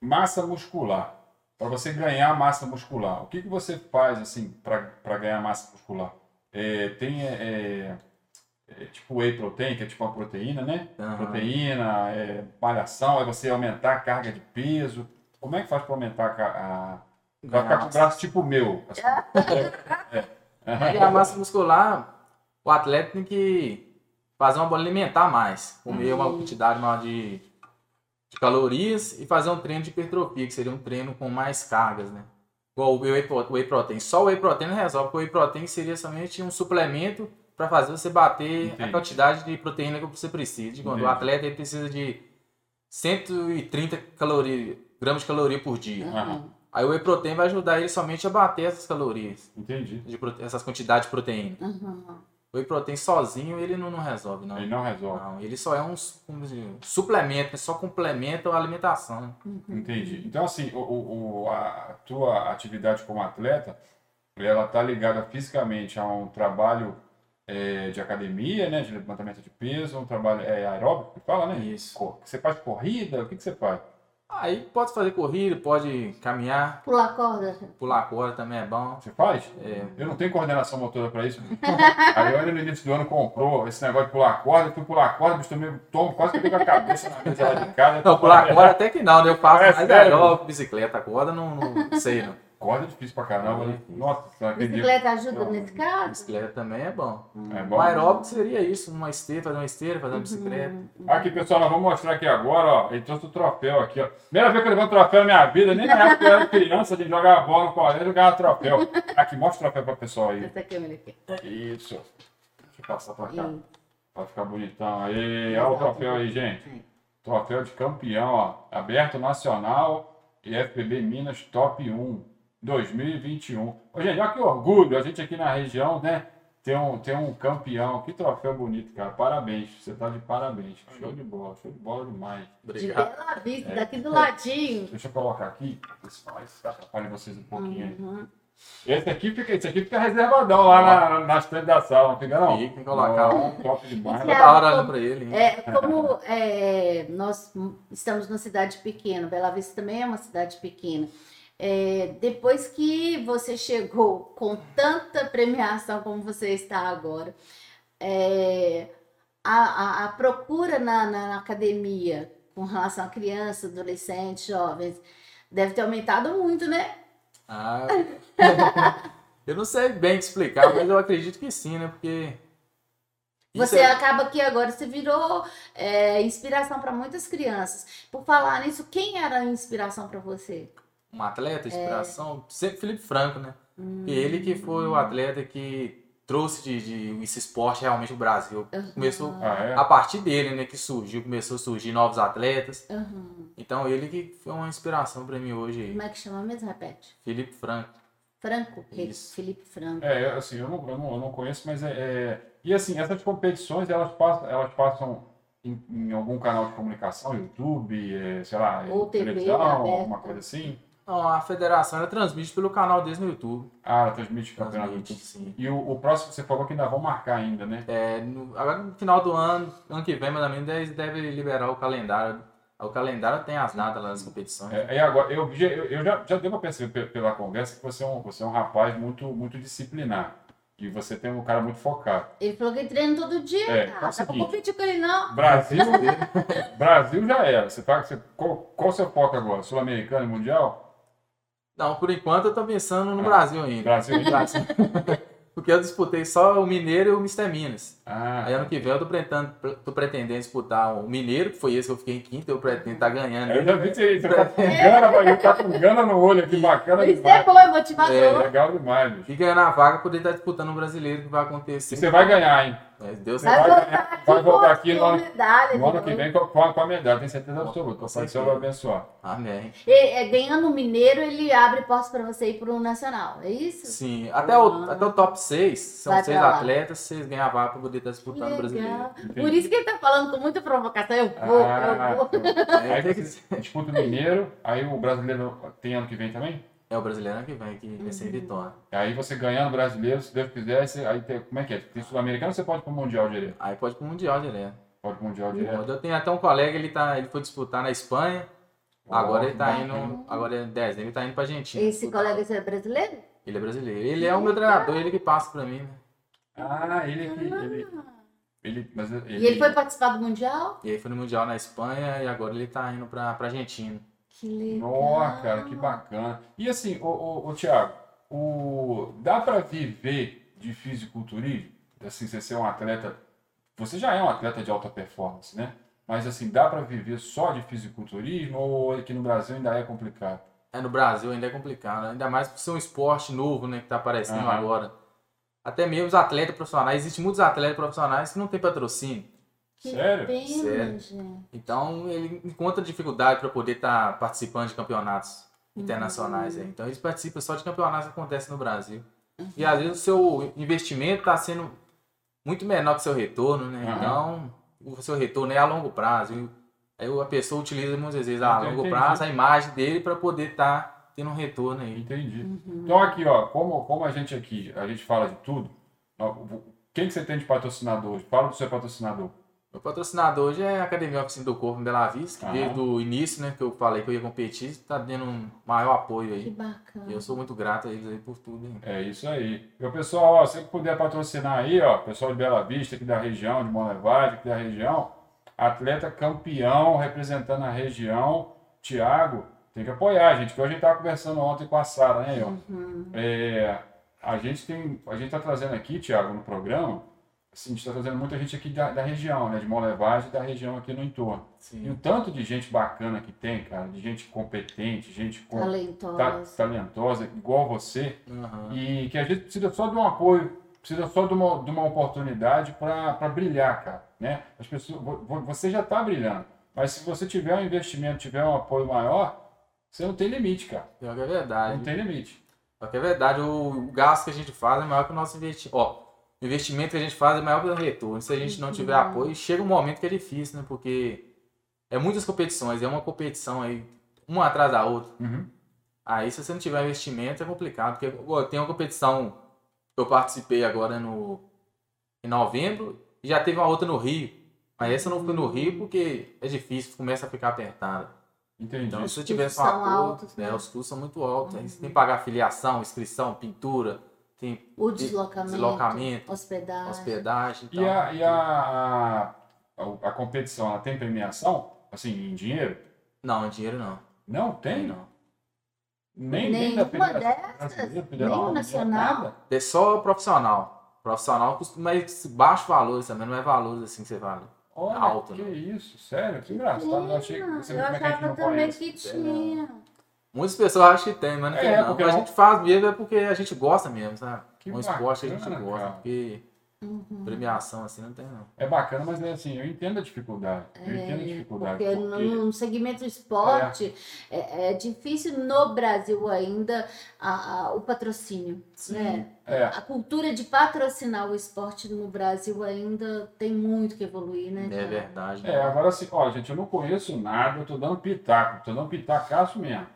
massa muscular. Para você ganhar massa muscular, o que, que você faz assim para ganhar massa muscular? É, tem é, é, é, tipo whey protein, que é tipo uma proteína, né?
Aham.
Proteína, é, malhação, é você aumentar a carga de peso. Como é que faz para aumentar a, ca- a... Vai ficar com o braço tipo o meu. assim.
É. E a massa muscular, o atleta tem que fazer uma bola alimentar mais. Comer uma
Uhum.
quantidade maior de, de calorias e fazer um treino de hipertrofia, que seria um treino com mais cargas, né? Igual o whey, pro- whey protein. Só o whey protein não resolve, porque o whey protein seria somente um suplemento para fazer você bater
Entendi.
a quantidade de proteína que você precisa. Igual O
Entendi.
atleta ele precisa de 130 calorias, gramas de caloria por dia.
Uhum.
Aí o whey protein vai ajudar ele somente a bater essas calorias,
Entendi.
de prote- essas quantidades de proteína.
Uhum.
O whey protein sozinho ele não, não resolve, não.
Ele não resolve.
Não, ele só é um, su- como dizer, um suplemento, ele só complementa a alimentação.
Entendi. Então, assim, o, o- o- a tua atividade como atleta, ela tá ligada fisicamente a um trabalho eh, de academia, né? De levantamento de peso, um trabalho eh, aeróbico, que fala, né?
Isso.
Co- Você faz corrida? O que, que você faz?
Aí pode fazer corrida, pode caminhar,
Pular corda.
pular corda também é bom.
Você faz? Eu não tenho coordenação motora para isso. Aí olha no início do ano comprou esse negócio de pular corda, fui pular corda, bicho, tomei um tombo, quase que eu dei com a cabeça na mesa lá de casa.
Não, pular corda até que não, né? Eu faço
É
mais
sério?
aeróbico, bicicleta, corda não, não sei não.
Corda é difícil pra caramba, né? Nossa, não acredito.
Bicicleta ajuda
Não.
nesse caso?
Bicicleta também é bom.
É
O
bom.
aeróbico seria isso, uma esteira, fazer uma esteira, fazer uma bicicleta.
Aqui, pessoal, nós vamos mostrar aqui agora, ó. Ele trouxe o troféu aqui, ó. Primeira vez que eu levanto troféu na minha vida, nem na época que eu era criança, de jogar bola no colégio, jogava troféu. Aqui, mostra o troféu pra pessoal aí.
Essa câmera aqui.
Isso. Deixa eu passar pra cá,
Hum.
pra ficar bonitão. Aí, olha o troféu aí, gente. Troféu de campeão, ó. Aberto Nacional e FPB Minas Top 1 2021. Ô, gente, olha que orgulho. A gente aqui na região, né? Tem um, tem um campeão. Que troféu bonito, cara. Parabéns. Você tá de parabéns. Show de bola. Show de bola demais.
De
Obrigado.
Bela Vista, daqui do ladinho.
Deixa eu colocar aqui. Pessoal, isso atrapalha vocês um pouquinho aí.
Uhum.
Esse aqui fica, esse aqui fica reservadão lá na, na, nas frente da sala, não fica não?
Fica, tem que colocar um,
Não, top demais.
Isso
Toda hora olhando pra ele. hein?
É, como é, nós estamos numa cidade pequena, Bela Vista também é uma cidade pequena. É, depois que você chegou com tanta premiação como você está agora, é, a, a- a procura na, na- na academia com relação a crianças, adolescentes, jovens, deve ter aumentado muito, né?
Ah, eu não sei bem te explicar, mas eu acredito que sim, né? Porque Isso
Você
é-
acaba que agora você virou é, inspiração para muitas crianças. Por falar nisso, quem era a inspiração para você?
um atleta, inspiração, sempre Felipe Franco, né? E ele que foi o atleta que trouxe de, de esse esporte realmente o Brasil. Começou
Ah, é?
a partir dele, né, que surgiu, começou a surgir novos atletas.
Aham.
Então ele que foi uma inspiração pra mim hoje, aí.
Como é que chama mesmo? Repete.
Felipe Franco.
Franco? Fe-
Isso.
Felipe Franco.
É, eu, assim, eu não, eu não, eu não conheço, mas é, é- E assim, essas competições, elas passam, elas passam em, em algum canal de comunicação, YouTube, é, sei lá,
Ou TV
televisão,
aberta.
alguma coisa assim.
Então a federação ela transmite pelo canal deles no YouTube.
Ah, ela transmite o campeonato do
Transmite,
YouTube.
sim.
E o, o próximo que você falou que ainda vão marcar ainda, né?
É, no, agora no final do ano, ano que vem, mais ou menos, eles devem liberar o calendário. O calendário tem as datas lá nas competições.
É, e agora, eu, vi- eu, eu já, já deu para perceber pe- pela conversa que você é um, você é um rapaz muito, muito disciplinar. E você tem um cara muito focado.
Ele falou que treina todo dia,
É, faz o
cara. Dá pra
seguinte.
competir com ele, não.
Brasil, Brasil já era. Você tá, você, qual, qual o seu foco agora? Sul-Americano e Mundial?
Não, por enquanto eu tô pensando no Brasil ainda.
É. Brasil ainda?
Porque eu disputei só o Mineiro e o Mr. Minas.
Ah,
Aí ano que vem eu tô pretendendo, tô pretendendo disputar o Mineiro, que foi esse que eu fiquei em quinto, eu pretendo estar ganhando.
eu
ele.
já vi que você, você tá com gana, mas ele tá com gana no olho aqui, bacana
É. Isso é
demais.
bom, é motivador.
Legal demais, bicho.
E ganhar na vaga, poder estar disputando o brasileiro que vai acontecer.
E você vai ganhar, hein?
Mas Deus
Vai
sabe.
voltar aqui, vai voltar aqui
com
no-
medalha,
No ano que
entendeu?
vem com a, com a- com a medalha, tenho certeza absoluta.
Com
O Pai do
certeza.
Céu vai abençoar.
Amém.
E, é, ganhando o mineiro, ele abre portas para você ir para o nacional, é isso?
Sim, até o, até o top 6, são
Ah. Vai pra
seis
lá.
atletas, vocês ganham a vaga pra poder estar
Que
disputando o tá brasileiro.
legal.
Entendi.
Por isso que ele tá falando com muita provocação. Eu vou, eu
Ah,
vou.
pronto.
É,
aí
tem
você disputa o mineiro, aí o brasileiro tem ano que vem também?
É o brasileiro ano que vem, que vai
Uhum.
ser vitória.
Aí você ganhando brasileiro, se Deus quiser, aí você- aí tem, como é que é? Tem sul-americano, você pode ir pro Mundial direto.
Aí pode ir pro Mundial direto.
Pode pro Mundial direto.
Eu tenho até um colega, ele, tá, ele foi disputar na Espanha, agora ele tá
Ótimo.
indo, agora em dezembro ele tá indo pra Argentina.
Esse
disputar.
colega seu é brasileiro?
Ele é brasileiro. Ele é o meu treinador, ele que passa pra mim, né?
Ah, ele aqui, ele... ele, mas ele,
Ah. E ele foi participar do Mundial?
E aí foi no Mundial na Espanha e agora ele tá indo pra, pra Argentina.
Que legal.
Nossa, cara, que bacana. E assim, ô, ô, ô, Thiago, o... dá pra viver de fisiculturismo? Assim, você ser um atleta... Você já é um atleta de alta performance, né? Mas assim, dá pra viver só de fisiculturismo ou aqui no Brasil ainda é complicado?
É, no Brasil ainda é complicado, né? ainda mais por ser um esporte novo, né, que tá aparecendo
Aham.
agora. Até mesmo os atletas profissionais, existem muitos atletas profissionais que não têm patrocínio.
Que
Sério?
pena,
Sério.
gente.
Então ele encontra dificuldade para poder estar participando de campeonatos internacionais. aí. Então eles participam só de campeonatos que acontecem no Brasil. E às vezes o seu investimento está sendo muito menor que o seu retorno, né?
Aham.
Então o seu retorno é a longo prazo. E Aí a pessoa utiliza muitas vezes a
Entendi,
longo prazo a imagem dele para poder estar tendo um retorno aí.
Entendi.
Uhum.
Então aqui, ó, como, como a gente aqui, a gente fala de tudo, ó, o- quem que você tem de patrocinador hoje? Fala do seu patrocinador.
Meu patrocinador hoje é a Academia Oficina do Corpo em Bela Vista, que
Aham.
desde o início, né, que eu falei que eu ia competir, está dando um maior apoio
Que
aí.
bacana.
E eu sou muito grato a eles aí por tudo. Hein?
É isso aí. Meu pessoal, ó, se você puder patrocinar aí, ó, pessoal de Bela Vista, aqui da região, de Monlevade, aqui da região, atleta campeão representando a região, Thiago, tem que apoiar, gente, que hoje a gente estava conversando ontem com a Sara, né, Ion? É, a gente tem, a gente tá trazendo aqui, Thiago, no programa, assim, a gente tá trazendo muita gente aqui da, da região, né, de Monlevade e da região aqui no entorno. E o tanto de gente bacana que tem, cara, de gente competente, gente com- ta-
Talentosa.
talentosa, igual você,
Aham.
e que a gente precisa só de um apoio, precisa só de uma, de uma oportunidade para brilhar, cara. Né? As pessoas, vo- vo- você já está brilhando, mas se você tiver um investimento, tiver um apoio maior, você não tem limite, cara.
Pior que é verdade.
Não tem limite.
Pior que é verdade, o o gasto que a gente faz é maior que o nosso investimento. Ó, o investimento que a gente faz é maior que o retorno. Se a gente não
Uhum.
tiver apoio, chega um momento que é difícil, né? Porque é muitas competições, é uma competição aí, uma atrás da outra.
Uhum.
Aí se você não tiver investimento é complicado, porque pô, tem uma competição que eu participei agora no em novembro e já teve uma outra no Rio. Mas essa eu não fui
Uhum.
no Rio porque é difícil, começa a ficar apertado.
Entendi.
Então, se você
Os
tivesse um
custos são
apoio,
altos,
né,
né? Uhum.
os custos são muito altos. Aí você tem que pagar filiação, inscrição, pintura, tem
O
de-
deslocamento.
deslocamento,
Hospedagem.
hospedagem.
e a, e a, a, a competição, ela tem premiação? Assim, em dinheiro?
Não, é dinheiro não.
Não tem?
não.
Nem,
Nenhuma
Federação
dessas,
Brasileira,
nem o
Federação,
nacional.
nada.
É só profissional. Profissional, custa- mas baixo valores também, não é valores assim que você vale.
Olha,
Alto,
que
né?
isso, sério, que engraçado. Eu achei que você
eu
como é que a gente
achava
não
também
conhece.
que tinha.
Muitas pessoas acham que tem, mas não
É,
tem não. O
porque
que a
não-
gente faz mesmo é porque a gente gosta mesmo, sabe?
Que
um esporte que a gente
bacana,
gosta,
cara.
porque
Uhum.
premiação assim não tem não.
É bacana, mas é assim, eu entendo a dificuldade. Eu entendo a dificuldade.
É, Porque no segmento do esporte é, é difícil no Brasil ainda a- a- o patrocínio. Né?
É,
A cultura de patrocinar o esporte no Brasil ainda tem muito que evoluir, né?
É
cara?
verdade.
É,
né?
agora assim, olha, gente, eu não conheço nada, eu tô dando pitaco, tô dando pitacaço mesmo.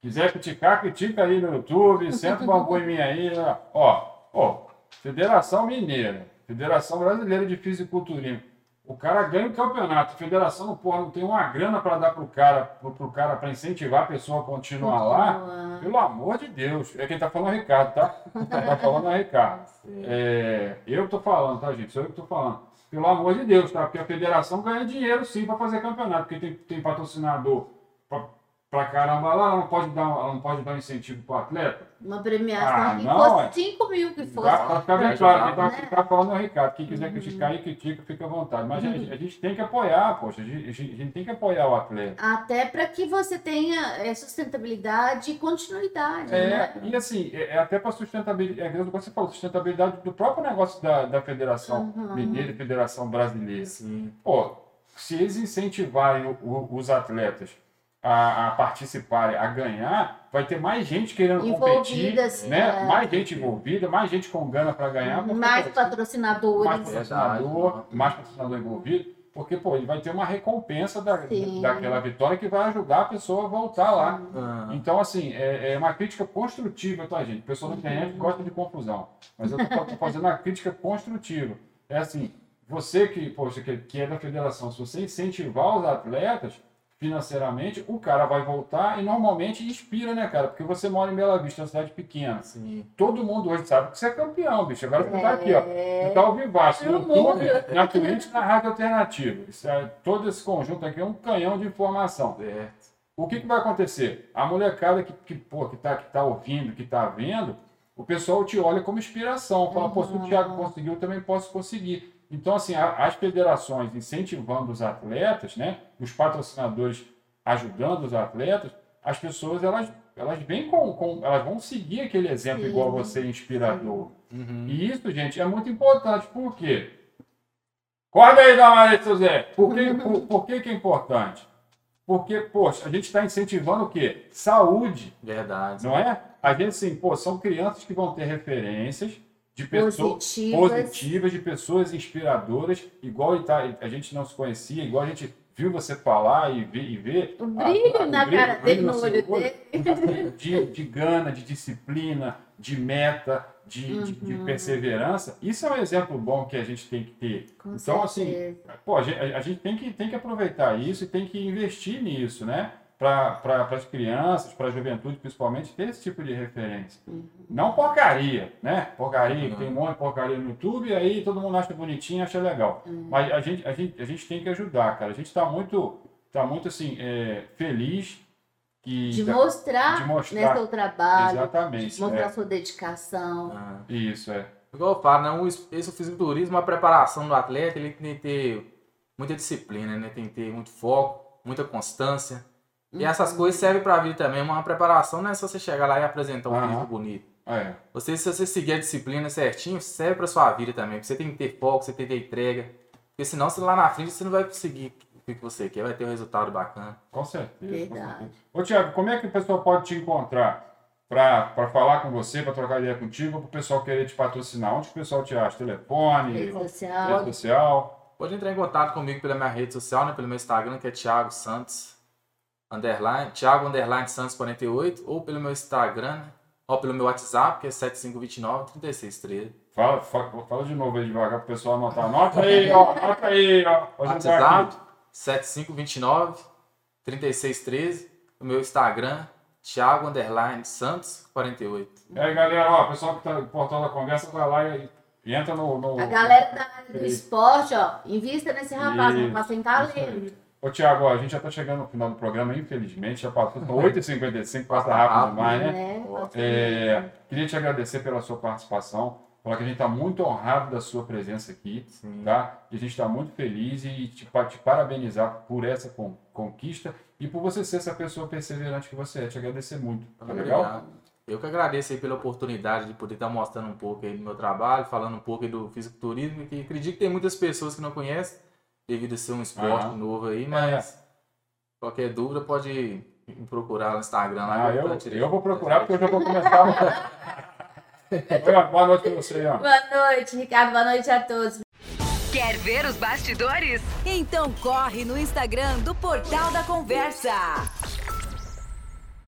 Quiser criticar, critica aí no YouTube, senta o bambu em mim aí, ó, ó, Federação Mineira, Federação Brasileira de Fisiculturismo. O cara ganha o campeonato, a federação porra, não tem uma grana para dar pro cara, pro, pro cara para incentivar a pessoa a continuar lá.
Continua.
Pelo amor de Deus, é quem tá falando é o Ricardo, tá? Quem tá falando é o Ricardo. É, eu tô falando, tá, gente? Sou eu que tô falando. Pelo amor de Deus, tá? Porque a federação ganha dinheiro sim para fazer campeonato, porque tem, tem patrocinador pra, pra caramba lá, ela não pode dar, ela não pode dar incentivo pro atleta.
Uma premiação
Ah,
que
não, é.
fosse 5 mil que fosse.
Dá pra ficar bem
Pra
claro, quem
ajudar,
tá, quem tá falando é o Ricardo. Quem quiser criticar aí, critica, fica à vontade. Mas a, gente- a gente tem que apoiar, poxa, a gente, a gente- a gente tem que apoiar o atleta.
Até para que você tenha é, sustentabilidade e continuidade.
É,
né?
e assim, é, é até para sustentabilidade, é aquilo que você falou, sustentabilidade do próprio negócio da, da Federação
Uhum.
Mineira e Federação Brasileira.
Sim.
Pô, se eles incentivarem o- o- os atletas a, a participarem, a ganhar, vai ter mais gente querendo competir,
Envolvidas,
né?
é.
Mais gente envolvida, mais gente é, com gana para ganhar. porque,
Mais
pô, mais
patrocinadores.
patrocinador,
Verdade.
mais patrocinador envolvido, porque pô, ele vai ter uma recompensa da,
Sim.
daquela vitória que vai ajudar a pessoa a voltar lá.
Ah,
Então, assim, é, é uma crítica construtiva, tá, gente? O pessoal da internet gosta de confusão. Mas eu tô, tô fazendo uma crítica construtiva. É assim, você que, poxa, que, que é da federação, se você incentivar os atletas financeiramente, o cara vai voltar e normalmente inspira, né, cara? Porque você mora em Bela Vista, uma cidade pequena.
sim.
Todo mundo hoje sabe que você é campeão, bicho. Agora você tá aqui, ó.
É.
Você tá ao vivaço, no
Todo mundo.
YouTube, na Twitch, na Rádio Alternativa. Isso é- todo esse conjunto aqui é um canhão de informação.
Certo.
O que, que vai acontecer? A molecada que, que, pô, que, tá, que tá ouvindo, que tá vendo, o pessoal te olha como inspiração. Fala, pô, se o Thiago conseguiu, eu também posso conseguir. Então, assim, a- as federações incentivando os atletas, né? Os patrocinadores ajudando os atletas, as pessoas, elas, elas vêm com, com- Elas vão seguir aquele exemplo
Sim.
igual você, inspirador.
Uhum.
E isso, gente, é muito importante. Por quê? Acorda aí, Damaris, seu Zé. Por que, por, por que que é importante? Porque, poxa, a gente está incentivando o quê? Saúde,
Verdade.
não é? A gente, assim, pô, são crianças que vão ter referências de pessoas
Positivas.
positivas, de pessoas inspiradoras, igual ele tá- a gente não se conhecia, igual a gente viu você falar e ver. E ver
O Um brilho
o
na
um brilho-
cara
o
dele,
brilho
no
no
olho
seu olho.
dele.
de, de gana, de disciplina, de meta, de, de- de perseverança. Isso é um exemplo bom que a gente tem que ter.
Com
então, assim,
certeza.
pô, a gente, a gente tem, que, tem que aproveitar isso e tem que investir nisso, né? Para as crianças, para a juventude, principalmente, ter esse tipo de referência.
Uhum.
Não porcaria, né? Porcaria,
Não.
tem um monte de porcaria no YouTube, e aí todo mundo acha bonitinho, acha legal.
Uhum.
Mas a gente, a, gente, a gente tem que ajudar, cara. A gente está muito, tá muito assim, é, feliz que.
de
da-
mostrar,
de mostrar.
né, seu trabalho,
Exatamente.
mostrar
é.
sua dedicação.
Ah.
Isso, é.
Igual eu falo, né? O, es- esse fisiculturismo, a preparação do atleta, ele tem que ter muita disciplina, né? Tem que ter muito foco, muita constância. E essas coisas servem pra vida também. Uma preparação não é só você chegar lá e apresentar um
Aham.
físico bonito.
É,
Você, se você seguir a disciplina certinho, serve pra sua vida também. Porque você tem que ter foco, você tem que ter entrega. Porque senão, você lá na frente, você não vai conseguir o que que você quer, vai ter um resultado bacana.
com certeza. Com
Verdade.
certeza. Ô, Tiago, como é que o pessoal pode te encontrar para falar com você, para trocar ideia contigo, para o pessoal querer te patrocinar? Onde que o pessoal te acha? Telefone,
Rede
rede
social.
social?
Pode entrar em contato comigo pela minha rede social, né? Pelo meu Instagram, que é Thiago Santos, underline, Thiago, underline, Santos 48, ou pelo meu Instagram, né? ou pelo meu WhatsApp, que é 7529-3613.
Fala, fala, fala de novo aí devagar para o pessoal anotar. Anota aí, ó, anota aí, ó. Pode anotar aqui.
WhatsApp, 7529-3613, o meu Instagram, Thiago, underline, Santos 48.
E aí, É, galera, ó, o pessoal que tá no portal da conversa, vai lá e, e entra no, no.
A galera da área do
Isso.
esporte, ó, invista nesse rapaz,
Isso.
não passa em
Isso aí. né?
talento.
Ô, Tiago, a gente já está chegando no final do programa, infelizmente. Já passou, são 8h55, passa rápido
Rápido,
demais, né?
Né?
É, queria te agradecer pela sua participação. Falar que a gente está muito honrado da sua presença aqui,
Sim.
tá? E a gente está muito feliz e te, pa- te parabenizar por essa con- conquista e por você ser essa pessoa perseverante que você é. Te agradecer muito. Tá legal?
Obrigado. Eu que agradeço aí pela oportunidade de poder estar mostrando um pouco aí do meu trabalho, falando um pouco aí do fisiculturismo, que acredito que tem muitas pessoas que não conhecem, devido a ser um esporte
Aham. É.
novo aí, mas qualquer dúvida pode me procurar no Instagram lá.
Ah,
que
eu,
tá direito.
eu vou procurar porque eu já vou começar. Olha, boa noite para você, Ana.
Boa noite, Ricardo. Boa noite a todos.
Quer ver os bastidores? Então corre no Instagram do Portal da Conversa.